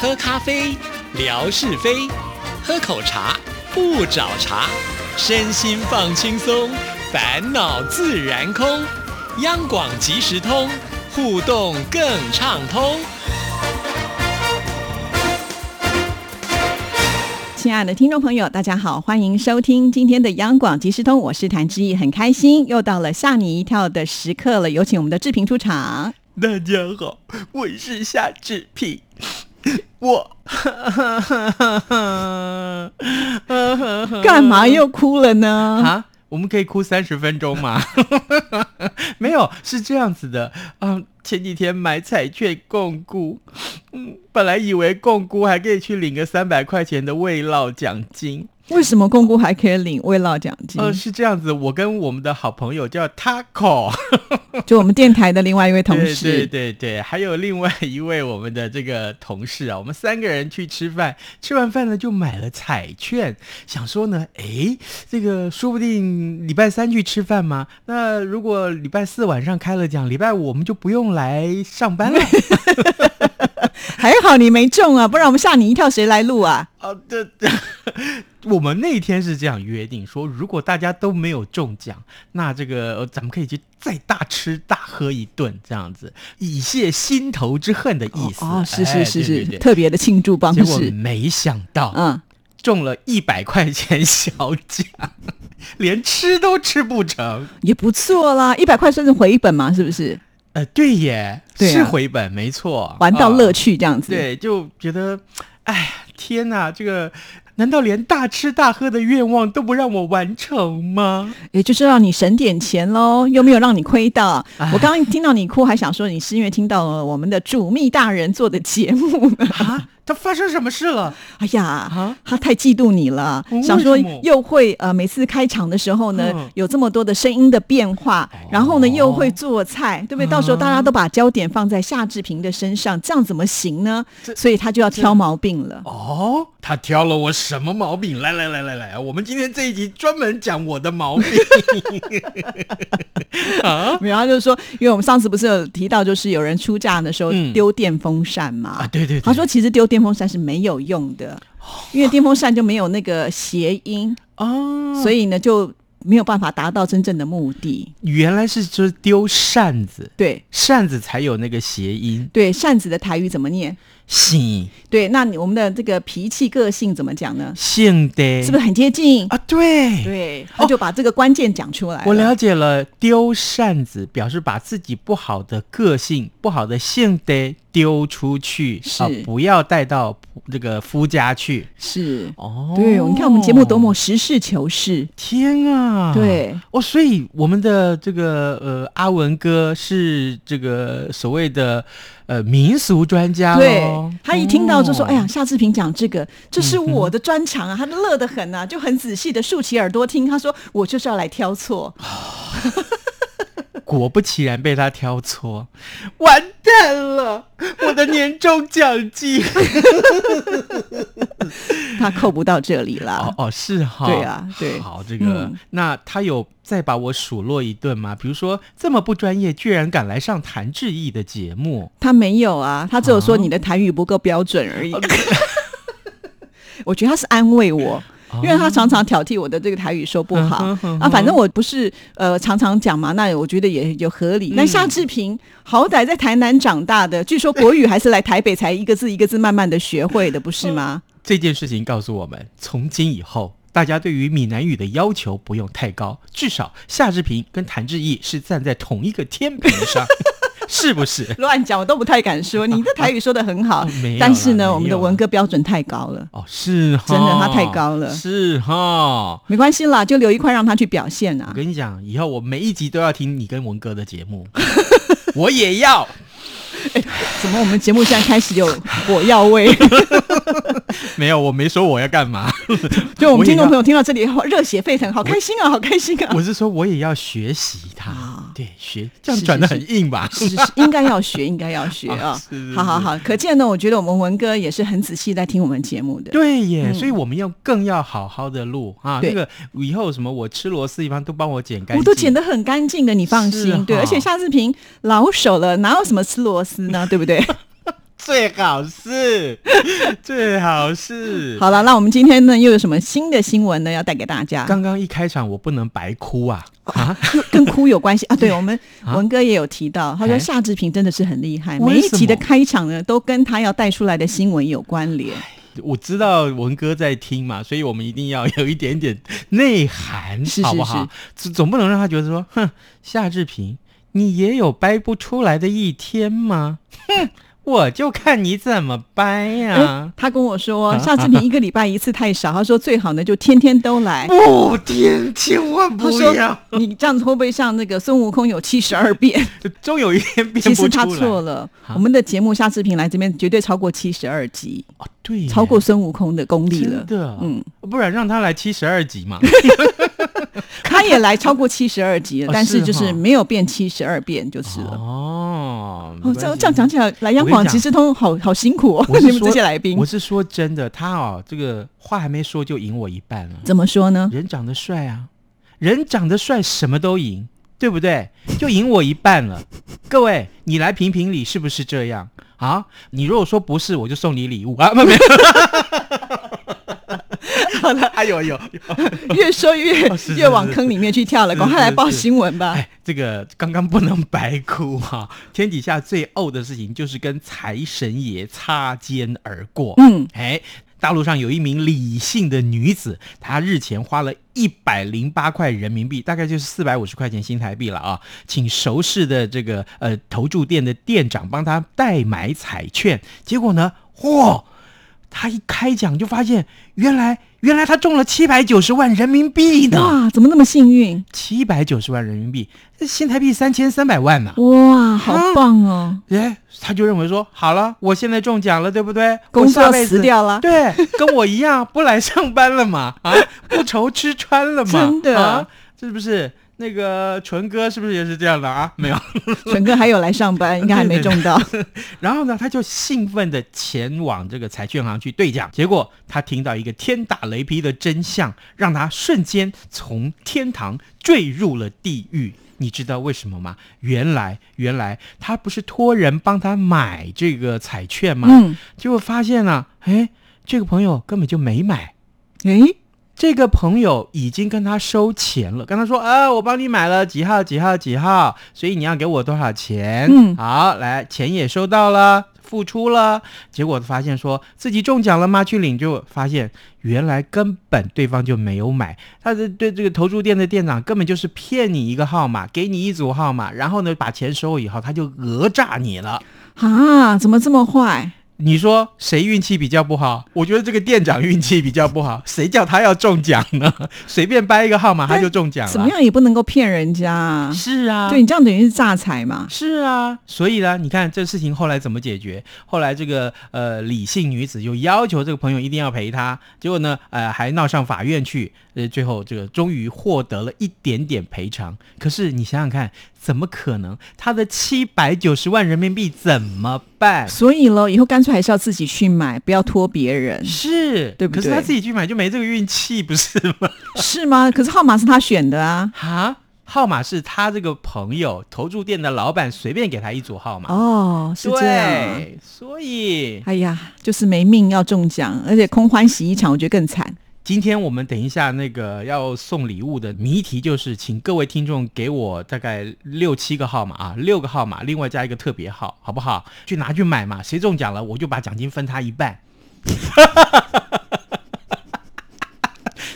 喝咖啡，聊是非；喝口茶，不找茬。身心放轻松，烦恼自然空。央广即时通，互动更畅通。亲爱的听众朋友，大家好，欢迎收听今天的央广即时通，我是谭志毅，很开心又到了吓你一跳的时刻了，有请我们的志平出场。大家好，我是夏志平。我 嗯干嘛又哭了呢？啊，我们可以哭三十分钟吗？ 没有，是这样子的啊。前几天买彩券共估，嗯，本来以为共估还可以去领个三百块钱的慰劳奖金，为什么公姑还可以领慰劳奖金？呃，是这样子。我跟我们的好朋友叫 Taco，就我们电台的另外一位同事，对对对对，还有另外一位我们的这个同事啊，我们三个人去吃饭，吃完饭呢就买了彩券，想说呢，诶，这个说不定礼拜三去吃饭嘛，那如果礼拜四晚上开了奖，礼拜五我们就不用来上 班了。还好你没中啊，不然我们吓你一跳，谁来录啊？啊，这这，我们那天是这样约定说，如果大家都没有中奖，那这个、呃咱们可以去再大吃大喝一顿，这样子以泄心头之恨的意思。哦，是是哎是对是，对对特别的庆祝方结果式。没想到、嗯，中了一百块钱小奖， 连吃都吃不成。也不错啦，一百块算是回本嘛，是不是？呃，对耶，对啊是回本没错，玩到啊乐趣这样子。对，就觉得，哎，天哪，这个难道连大吃大喝的愿望都不让我完成吗？也就是让你省点钱 喽，又没有让你亏到。我刚刚听到你哭，还想说你是因为听到了我们的主秘大人做的节目 呢。啊，他发生什么事了？ 哎呀，啊他太嫉妒你了，嗯想说为什么又会呃每次开场的时候呢，嗯有这么多的声音的变化，然后呢哦又会做菜，对不对？啊到时候大家都把焦点放在夏志平的身上，这样怎么行呢？这所以他就要挑毛病了。哦，他挑了我什么毛病？来来来来来，我们今天这一集专门讲我的毛病。 啊然后就是说，因为我们上次不是有提到，就是有人出嫁的时候嗯丢电风扇嘛，啊，对对对，他说其实丢电风扇是没有用的，因为电风扇就没有那个谐音，哦，所以呢就没有办法达到真正的目的。原来是就是丢扇子，对扇子才有那个谐音。对，扇子的台语怎么念？性对，那你我们的这个脾气个性怎么讲呢？性的，是不是很接近？啊？对，对，他就把这个关键讲出来了。我了解了。丢扇子表示把自己不好的个性、不好的性的丢出去，是啊，不要带到这个夫家去。是，哦对，你看我们节目多么实事求是。天啊！对，哦，所以我们的这个呃阿文哥是这个所谓的呃民俗专家对咯他一听到就说：“哦嗯哎呀，夏志平讲这个，这是我的专长啊！”他就乐得很呐、啊，就很仔细的竖起耳朵听。他说：“我就是要来挑 错。”果不其然被他挑错，完蛋了！我的年终奖 金他扣不到这里啦。哦哦是哈，对啊对好这个、嗯那他有再把我数落一顿吗？比如说这么不专业，居然敢来上谭志毅的节目，他没有啊，他只有说你的台语不够标准而哦已。 我觉得他是安慰我。因为他常常挑剔我的这个台语说不好、哦嗯哼嗯哼啊，反正我不是呃常常讲嘛，那我觉得也有合嗯理。那、夏志平好歹在台南长大的，据说国语还是来台北才一个字一个字慢慢的学会的，不是吗？这件事情告诉我们，从今以后，大家对于闽南语的要求不用太高，至少夏志平跟谭志毅是站在同一个天平 上，是不是？乱讲我都不太敢说，你的台语说的很 好，啊没有啦但是没呢，有我们的文哥标准太高了，哦，是哈，真的他太高了是哈。没关系啦，就留一块让他去表现啊我。跟你讲，以后我每一集都要听你跟文哥的节目， 我也要。怎么我们节目现在开始有火药 味？没有，我没说我要干嘛， 就我们我也听众要朋友听到这里以后，热血沸腾，好开心啊，好开心啊！我是说我也要学习他。啊对，学这样是转的是很硬吧？是是是，应该要学，应该要学 啊啊是！是好好是好，可见呢，我觉得我们文哥也是很仔细在听我们节目的。对耶，嗯所以我们要更要好好的录啊！对那个以后什么我吃螺丝一般都帮我剪干净，我都剪得很干净的，你放是心。对，哈 而且夏志平老手了，哪有什么吃螺丝呢？对不对？最好是， 最好是。好了，那我们今天呢又有什么新的新闻呢？要带给大家，刚刚一开场我不能白哭啊！啊，跟哭有关系啊。对，我们 啊文哥也有提到，他说哎夏志平真的是很厉害，为每一什集的么开场呢都跟他要带出来的新闻有关联。我知道文哥在听嘛，所以我们一定要有一点点内涵，是是好不好？总总不能让他觉得说，哼，夏志平，你也有掰不出来的一天吗？哼，我就看你怎么掰呀、哎他跟我啊说，夏志平一个礼拜一次太少，他说最好呢就天天都来。 不天，千万哎他说：“你这样子会不会像那个孙悟空有七十二 变？终有一天变其不实他出来。错哦，了。啊我们的节目夏志平来这边绝对超过七十二集，哦对耶，超过孙悟空的功力了啊真。的，嗯，不然让他来七十二集嘛。他也来超过七十二集了哦，但是是就是哈没有变七十二变 就是了。哦，没关哦，这样系这样讲起来，来央我跟广你讲即时通好好辛苦 哦，我是你们说这些来宾我是说真的，他哦，这个话还没说就赢我一半了。怎么 说呢？人长得帅啊，人长得帅什么都赢，对不对？就赢我一半了。各位，你来评评理是不是这样啊？你如果说不是，我就送你礼物啊！没有 没有。好了，哎呦哎呦，越说越哦是是越往是坑里面去跳了，是赶快是来报是新闻吧。哎，这个刚刚不能白哭哈、天底下最怄的事情就是跟财神爷擦肩而过。嗯，哎，大陆上有一名李姓的女子，她日前花了一百零八块人民币，大概就是四百五十块钱新台币了啊，请熟识的这个呃投注店的店长帮她代买彩券，结果呢，嚯！她一开奖就发现，原来原来她中了七百九十万人民币呢！哇，怎么那么幸运？七百九十万人民币，这新台币三千三百万呢、哇，好棒哦！哎，他就认为说，好了，我现在中奖了，对不对？工啊我作下辈子辞掉了对，跟我一样不来上班了 嘛，啊，不愁吃穿了嘛，真的啊，是不是？那个纯哥是不是也是这样的 啊？没有。纯哥还有来上 班，应该还没中到。然后呢，他就兴奋地前往这个彩券行去兑奖，结果他听到一个天打雷劈的真相，让他瞬间从天堂坠入了地狱。你知道为什么吗？原来，原来他不是托人帮他买这个彩券吗？嗯，结果发现啊，哎，这个朋友根本就没买。诶，这个朋友已经跟他收钱了，跟他说：“啊，我帮你买了几号几号几号，所以你要给我多少钱？”嗯好，来，钱也收到了，付出了。结果发现说自己中奖了吗？去领就发现原来根本对方就没有买，他的对这个投注店的店长根本就是骗你一个号码，给你一组号码，然后呢把钱收了以后他就讹诈你了。啊，怎么这么坏？你说谁运气比较不好？我觉得这个店长运气比较不好， 谁叫他要中奖呢？ 随便掰一个号码他就中奖怎么了。样也不能够骗人家啊！是啊，对你这样等于是诈财嘛？是啊，所以呢，你看这事情后来怎么解决？后来这个呃李姓女子就要求这个朋友一定要陪她，结果呢，呃还闹上法院去，呃最后这个终于获得了一点点赔偿。可是你想想看，怎么可能？他的七百九十万人民币怎么办？所以喽，以后干脆还是要自己去买，不要托别人，是，嗯对不可是他对自己去买就没这个运气，不是吗？ 是吗？可是号码是他选的啊。啊，号码是他这个朋友投注店的老板随便给他一组号码，哦，是这样。对，所以哎呀，就是没命要中奖，而且空欢喜一场，我觉得更惨。今天我们等一下那个要送礼物的谜题就是，请各位听众给我大概六七个号码啊，六个号码，另外加一个特别号，好不好？去拿去买嘛，谁中奖了我就把奖金分他一 半。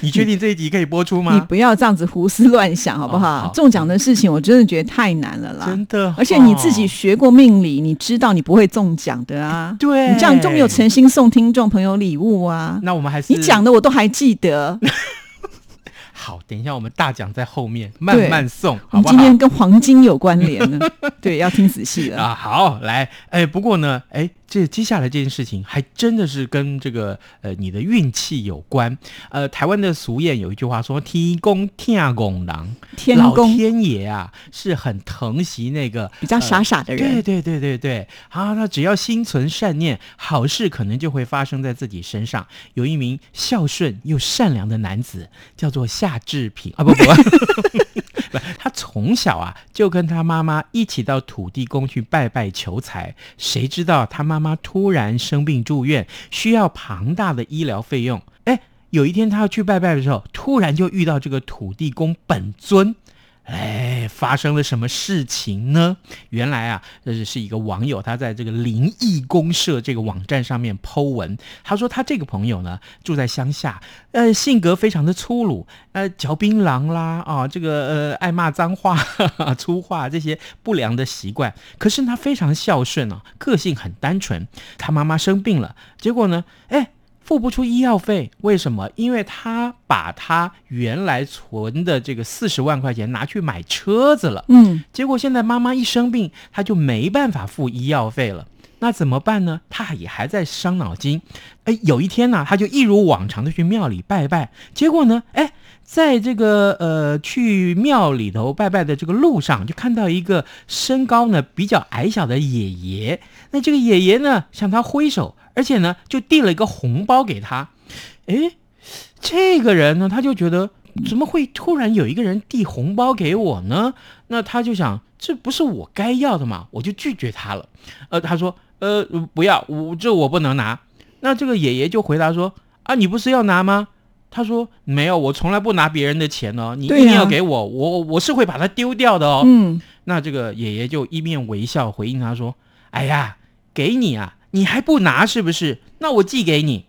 你确定这一集可以播出你吗？不要这样子胡思乱想，好不好？哦好中奖的事情，我真的觉得太难了啦。真的哦，而且你自己学过命理，你知道你不会中奖的啊。 对你这样就没有诚心送听众朋友礼物 啊。那我们还是你讲的我都还记得，好，等一下我们大奖在后面慢慢送，我 好们不今好？天跟黄金有关联呢。 对，要听仔细了。啊，好，来，哎，不过呢，哎，这接下来这件事情还真的是跟这个呃你的运气有关。呃，台湾的俗谚有一句话说：“天公天公狼，天老公天爷啊，是很疼惜那个比较傻傻的人，呃对对对对对，啊，那只要心存善念，好事可能就会发生在自己身上。有一 名孝顺又善良的男子，叫做夏志平啊，不不，不，他从小啊就跟他妈妈一起到土地公去拜拜求财。谁知道他妈妈突然生病住院，需要庞大的医疗费用。哎，有一天他要去拜拜的时候，突然就遇到这个土地公本尊。哎，发生了什么事情呢？原来啊，这是一个网友他在这个灵异公社这个网站上面 Po 文，他说他这个朋友呢住在乡下，呃，性格非常的粗鲁，呃，嚼槟榔啦，啊，这个呃爱骂脏话、哈哈粗话这些不良的习惯，可是他非常孝顺啊，个性很单纯。他妈妈生病了，结果呢，哎。付不出医药费，为什么？因为他把他原来存的这个四十万块钱拿去买车子了，嗯，结果现在妈妈一生病，他就没办法付医药费了。那怎么办呢？他也还在伤脑筋。哎，有一天呢、他就一如往常的去庙里拜拜，结果呢，哎，在这个呃去庙里头拜拜的这个路上，就看到一个身高呢比较矮小的爷爷。那这个爷爷呢向他挥手，而且呢就递了一个红包给他。哎，这个人呢，他就觉得怎么会突然有一个人递红包给我呢？那他就想，这不是我该要的嘛，我就拒绝他了。呃，他说，呃，不要，我这我不能拿。那这个爷爷就回答说，啊，你不是要拿吗？他说没有，我从来不拿别人的钱哦，你一对呀定要给我，我我是会把它丢掉的哦。嗯，那这个爷爷就一面微笑回应他说：“哎呀，给你啊，你还不拿是不是？那我寄给你。”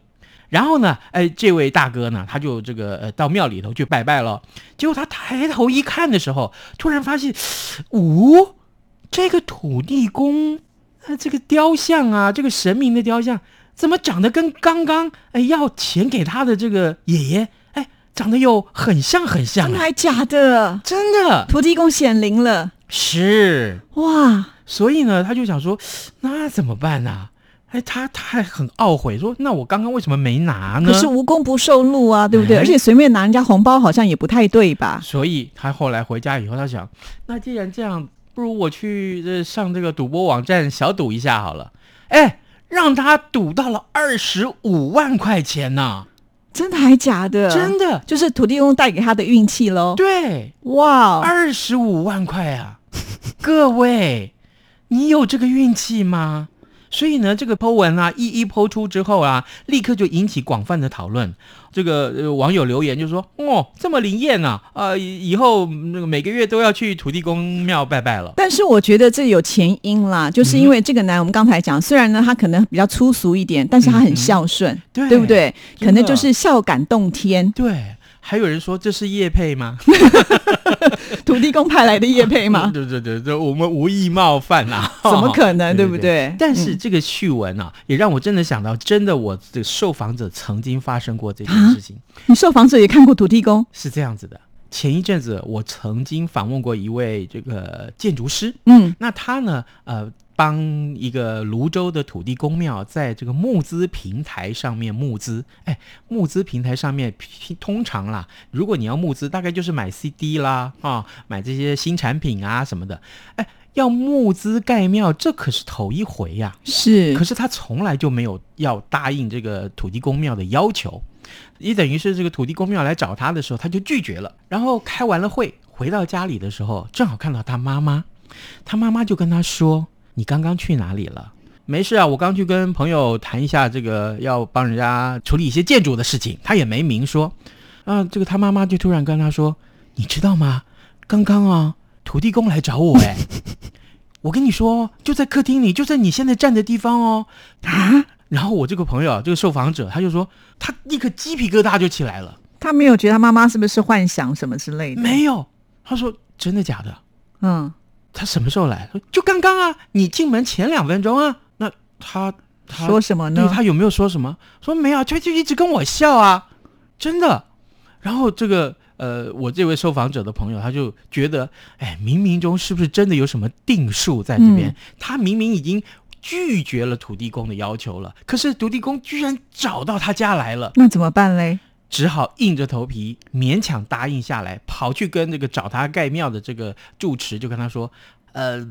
然后呢，哎，这位大哥呢，他就这个呃到庙里头去拜拜了。结果他抬头一看的时候，突然发现，呜、这个土地公，呃，这个雕像啊，这个神明的雕像，怎么长得跟刚刚哎要钱给他的这个爷爷，哎，长得又很像很像真的啊、还假的？真的土地公显灵了，是。哇！所以呢，他就想说，那怎么办呢、哎，他他还很懊悔，说那我刚刚为什么没拿呢？可是无功不受禄啊，对不对？哎而且随便拿人家红包好像也不太对吧？所以他后来回家以后，他想，那既然这样，不如我去这上这个赌博网站小赌一下好了。哎，让他赌到了二十五万块钱呢、真的还假的？真的，就是土地公带给他的运气喽。对，哇哦，二十五万块啊！各位，你有这个运气吗？所以呢，这个 Po 文啊，一一 Po 出之后啊，立刻就引起广泛的讨论。这个、呃、网友留言就说：“哦，这么灵验啊！呃，以以后嗯那个每个月都要去土地公庙拜拜了。但是我觉得这有前因啦，嗯就是因为这个男，我们刚才讲，虽然呢他可能比较粗俗一点，但是他嗯嗯很孝顺，对对不对？真的可能就是孝感动天”，对，还有人说这是叶配 吗？土地公派来的叶配吗？ 对对对对，我们无意冒犯啦、 怎么可能，哦对对对不对？ 但是嗯这个趣闻啊，也让我真的想到，真的我的受访者曾经发生过这件啊事情。你受访者也看过土地公，是这样子的，前一阵子我曾经访问过一位这个建筑师，嗯那他呢，呃，帮一个泸州的土地公庙在这个募资平台上面募资。哎，募资平台上面通常啦，如果你要募资，大概就是买 CD 啦，啊，买这些新产品啊什么的。哎，要募资盖庙，这可是头一回呀、是可，是他从来就没有要答应这个土地公庙的要求，也等于是这个土地公庙来找他的时候，他就拒绝了。然后开完了会，回到家里的时候，正好看到他妈妈，他妈妈就跟他说：“你刚刚去哪里了？”没事啊，我刚去跟朋友谈一下这个要帮人家处理一些建筑的事情，他也没明说。啊，这个他妈妈就突然跟他说：“你知道吗？刚刚啊，土地公来找我哎、我跟你说，就在客厅里，就在你现在站的地方哦。啊！然后我这个朋友，这个受访者，他就说，他立刻鸡皮疙瘩就起来了。他没有觉得他妈妈是不是幻想什么之类的？没有，他说真的假的？嗯，他什么时候来？他说就刚刚啊，你进门前两分钟啊。那他他说什么对呢？他有没有说什么？说没有，啊就就一直跟我笑啊，真的。然后这个呃，我这位受访者的朋友他就觉得，哎，冥冥中是不是真的有什么定数在这边？嗯他明明已经拒绝了土地公的要求了，可是土地公居然找到他家来了，那怎么办嘞？只好硬着头皮勉强答应下来，跑去跟这个找他盖庙的这个住持就跟他说，呃，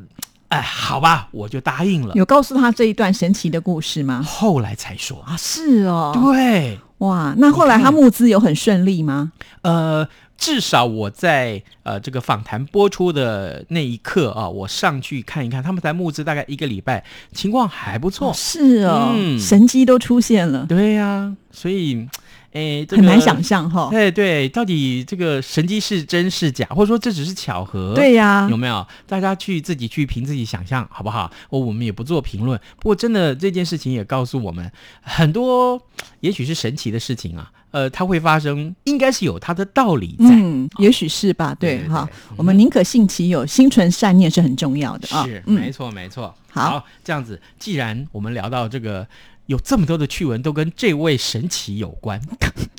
哎，好吧，我就答应了。有告诉他这一段神奇的故事吗？后来才说，啊，是哦，对。哇，那后来他募资有很顺利吗？呃，至少我在呃这个访谈播出的那一刻啊，我上去看一看，他们才募资大概一个礼拜，情况还不错。是哦，嗯神机都出现了，对呀、所以，哎，这个很难想。象哈。哎，对，到底这个神机是真是假，或者说这只是巧合？对呀、有没有？大家去自己去凭自己想象，好不好？我我们也不做评论。不过真的这件事情也告诉我们，很多也许是神奇的事情啊，呃，它会发生，应该是有它的道理在。嗯，也许是吧，哦对对对哈对，我们宁可信其有，心存善念是很重要的啊。是，没嗯，错，没错。好这样子，既然我们聊到这个。有这么多的趣闻都跟这位神奇有关，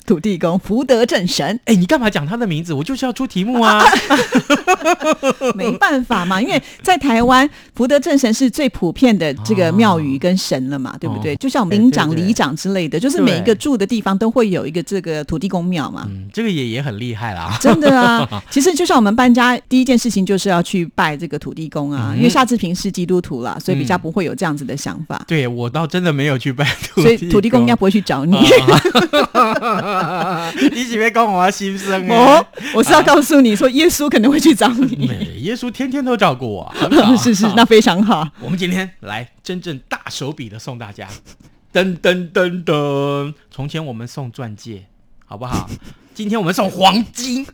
土地公福德正神，哎，你干嘛讲他的名字？我就是要出题目啊！ 没办法嘛，因为在台湾福德正神是最普遍的这个庙宇跟神了嘛，对不对？就像我们哎灵长、对对里长之类的，就是每一个住的地方都会有一个这个土地公庙嘛。嗯，这个也也很厉害啦。真的啊， 其实就像我们搬家，第一件事情就是要去拜这个土地公啊，嗯因为夏志平是基督徒啦，所以比较嗯不会有这样子的想法，对我倒真的没有去拜嗯土地公，所以土地公应该不会去找你。啊 你是要讲我心声 哦哦？，我是要告诉你说，耶稣可能会去找 你。没嗯耶稣天天都照顾 我，很好是是，那非常好。我们今天来真正大手笔的送大家，噔噔噔噔！从前我们送钻戒，好不好？今天我们送黄金。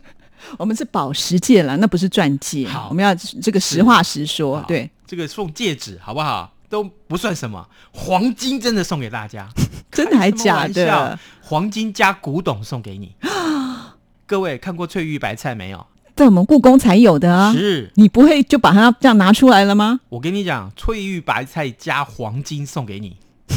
我们是宝石界了，那不是钻戒好。我们要这个实话实说好，对，，这个送戒指好不好？都不算什么，黄金真的送给大家， 真的还开什么假玩的笑？？黄金加古董送给你。 各位看过翠玉白菜没有？在我们故宫才有的啊。是你不会就把它这样拿出来了吗？我跟你讲，翠玉白菜加黄金送给你。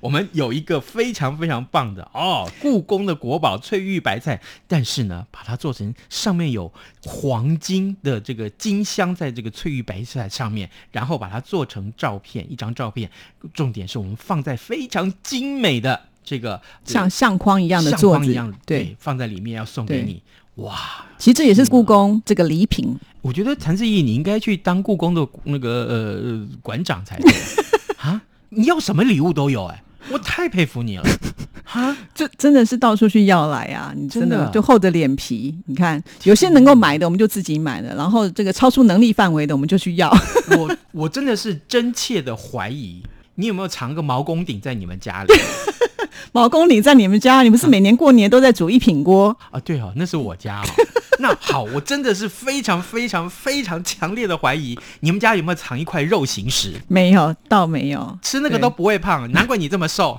我们有一个非常非常棒的哦，故宫的国宝翠玉白菜，但是呢，把它做成上面有黄金的这个金镶在这个翠玉白菜上面，然后把它做成照片，一张照片。重点是我们放在非常精美的这个像相框一这样的相座框子一样，，对，，放在里面要送给对你。哇，其实这也是故宫这个礼品，我觉得谭志毅，你应该去当故宫的那个呃呃馆长才对 啊！你要什么礼物都有哎、我太佩服你了啊！这真的是到处去要来啊！你嗯真真的的就厚着脸皮，你看有些能够买的我们就自己买了，然后这个超出能力范围的我们就去 要。我我真的是真切的怀疑，你有没有藏个毛公鼎在你们 家里毛公鼎在你们家，你不是每年过年都在煮一品锅？啊？对哦，那是我家哦。那好，我真的是非常非常非常强烈的怀疑，你们家有没有藏一块肉形石？ 没有，倒没有。吃那个都不会胖，难怪你这么瘦。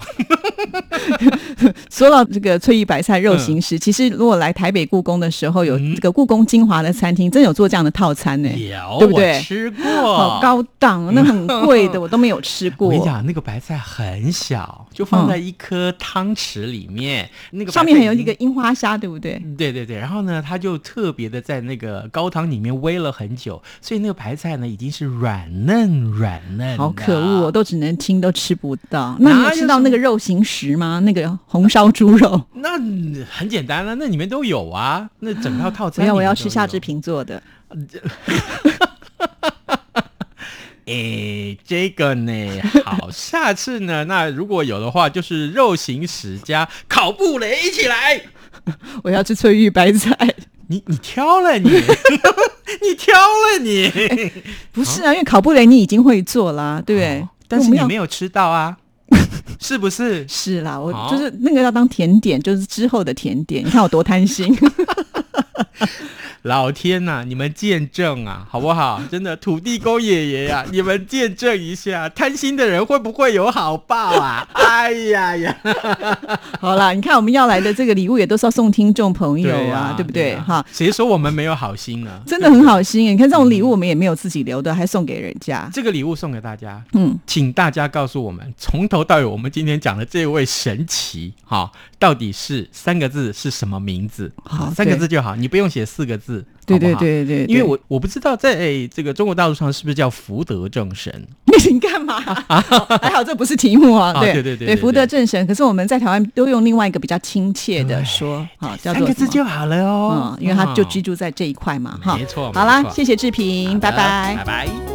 说到这个翠玉白菜肉形石，其实如果来台北故宫的时候，有嗯这个故宫精华的餐厅，真有做这样的套餐呢、有，对不对我吃过，好高档，那很贵 的，我都没有吃哦我跟你过。嗯讲，那个白菜很小，就放在一颗汤匙里面，那个上面白菜还有已一个樱花虾，对不对？经。对对对，然后呢，它就特别的在那个高汤里面煨了很久，所以那个白菜呢已经是软嫩软嫩的。好可恶、哦，都只能听，都吃不到。哪那你有吃有到什那么个肉形石吗？那个红烧猪肉？那嗯很简单了、那里面都有啊，那整套套没餐。有，我要吃夏志。平 做的。诶，哎这个呢，好，下次呢，那如果有的话，就是肉形石加烤布雷一起 来。我要吃翠玉白菜。你你挑了你， 你挑了你。不是啊，因为烤布雷你已经会做啦，对不对哦？但是我们你要没有吃到 啊，是不是？是啦，我好就是那个要当甜点，就是之后的甜点。你看我多贪心， 老天呐、你们见证啊，好不 好？真的，土地公爷爷呀、你们见证一下，贪心的人会不会有好报 啊？哎呀呀，好啦，你看我们要来的这个礼物也都是要送听众朋友啊啊，对不对？啊哈、谁说我们没有好心呢？真的很好嗯心耶。你看这种礼物我们也没有自己留的，还送给人家。这个礼物送给大家，嗯，请大家告诉我们，从头到尾我们今天讲的这位神奇哈、到底是三个字是什么名字？好三个对字就好，你不用写四个字，对好不对好对对因对，为我我不知道在、诶这个中国大陆上是不是叫福德正神，你干 嘛？还好这不是题目啊，啊对对对对对福德正神。可是我们在台湾都用另外一个比较亲切的说，好叫三做个字什么就好了哦嗯，。因为他就居嗯住在这一块嘛，哈。没错好啦没，错谢谢志平，好的拜拜拜拜。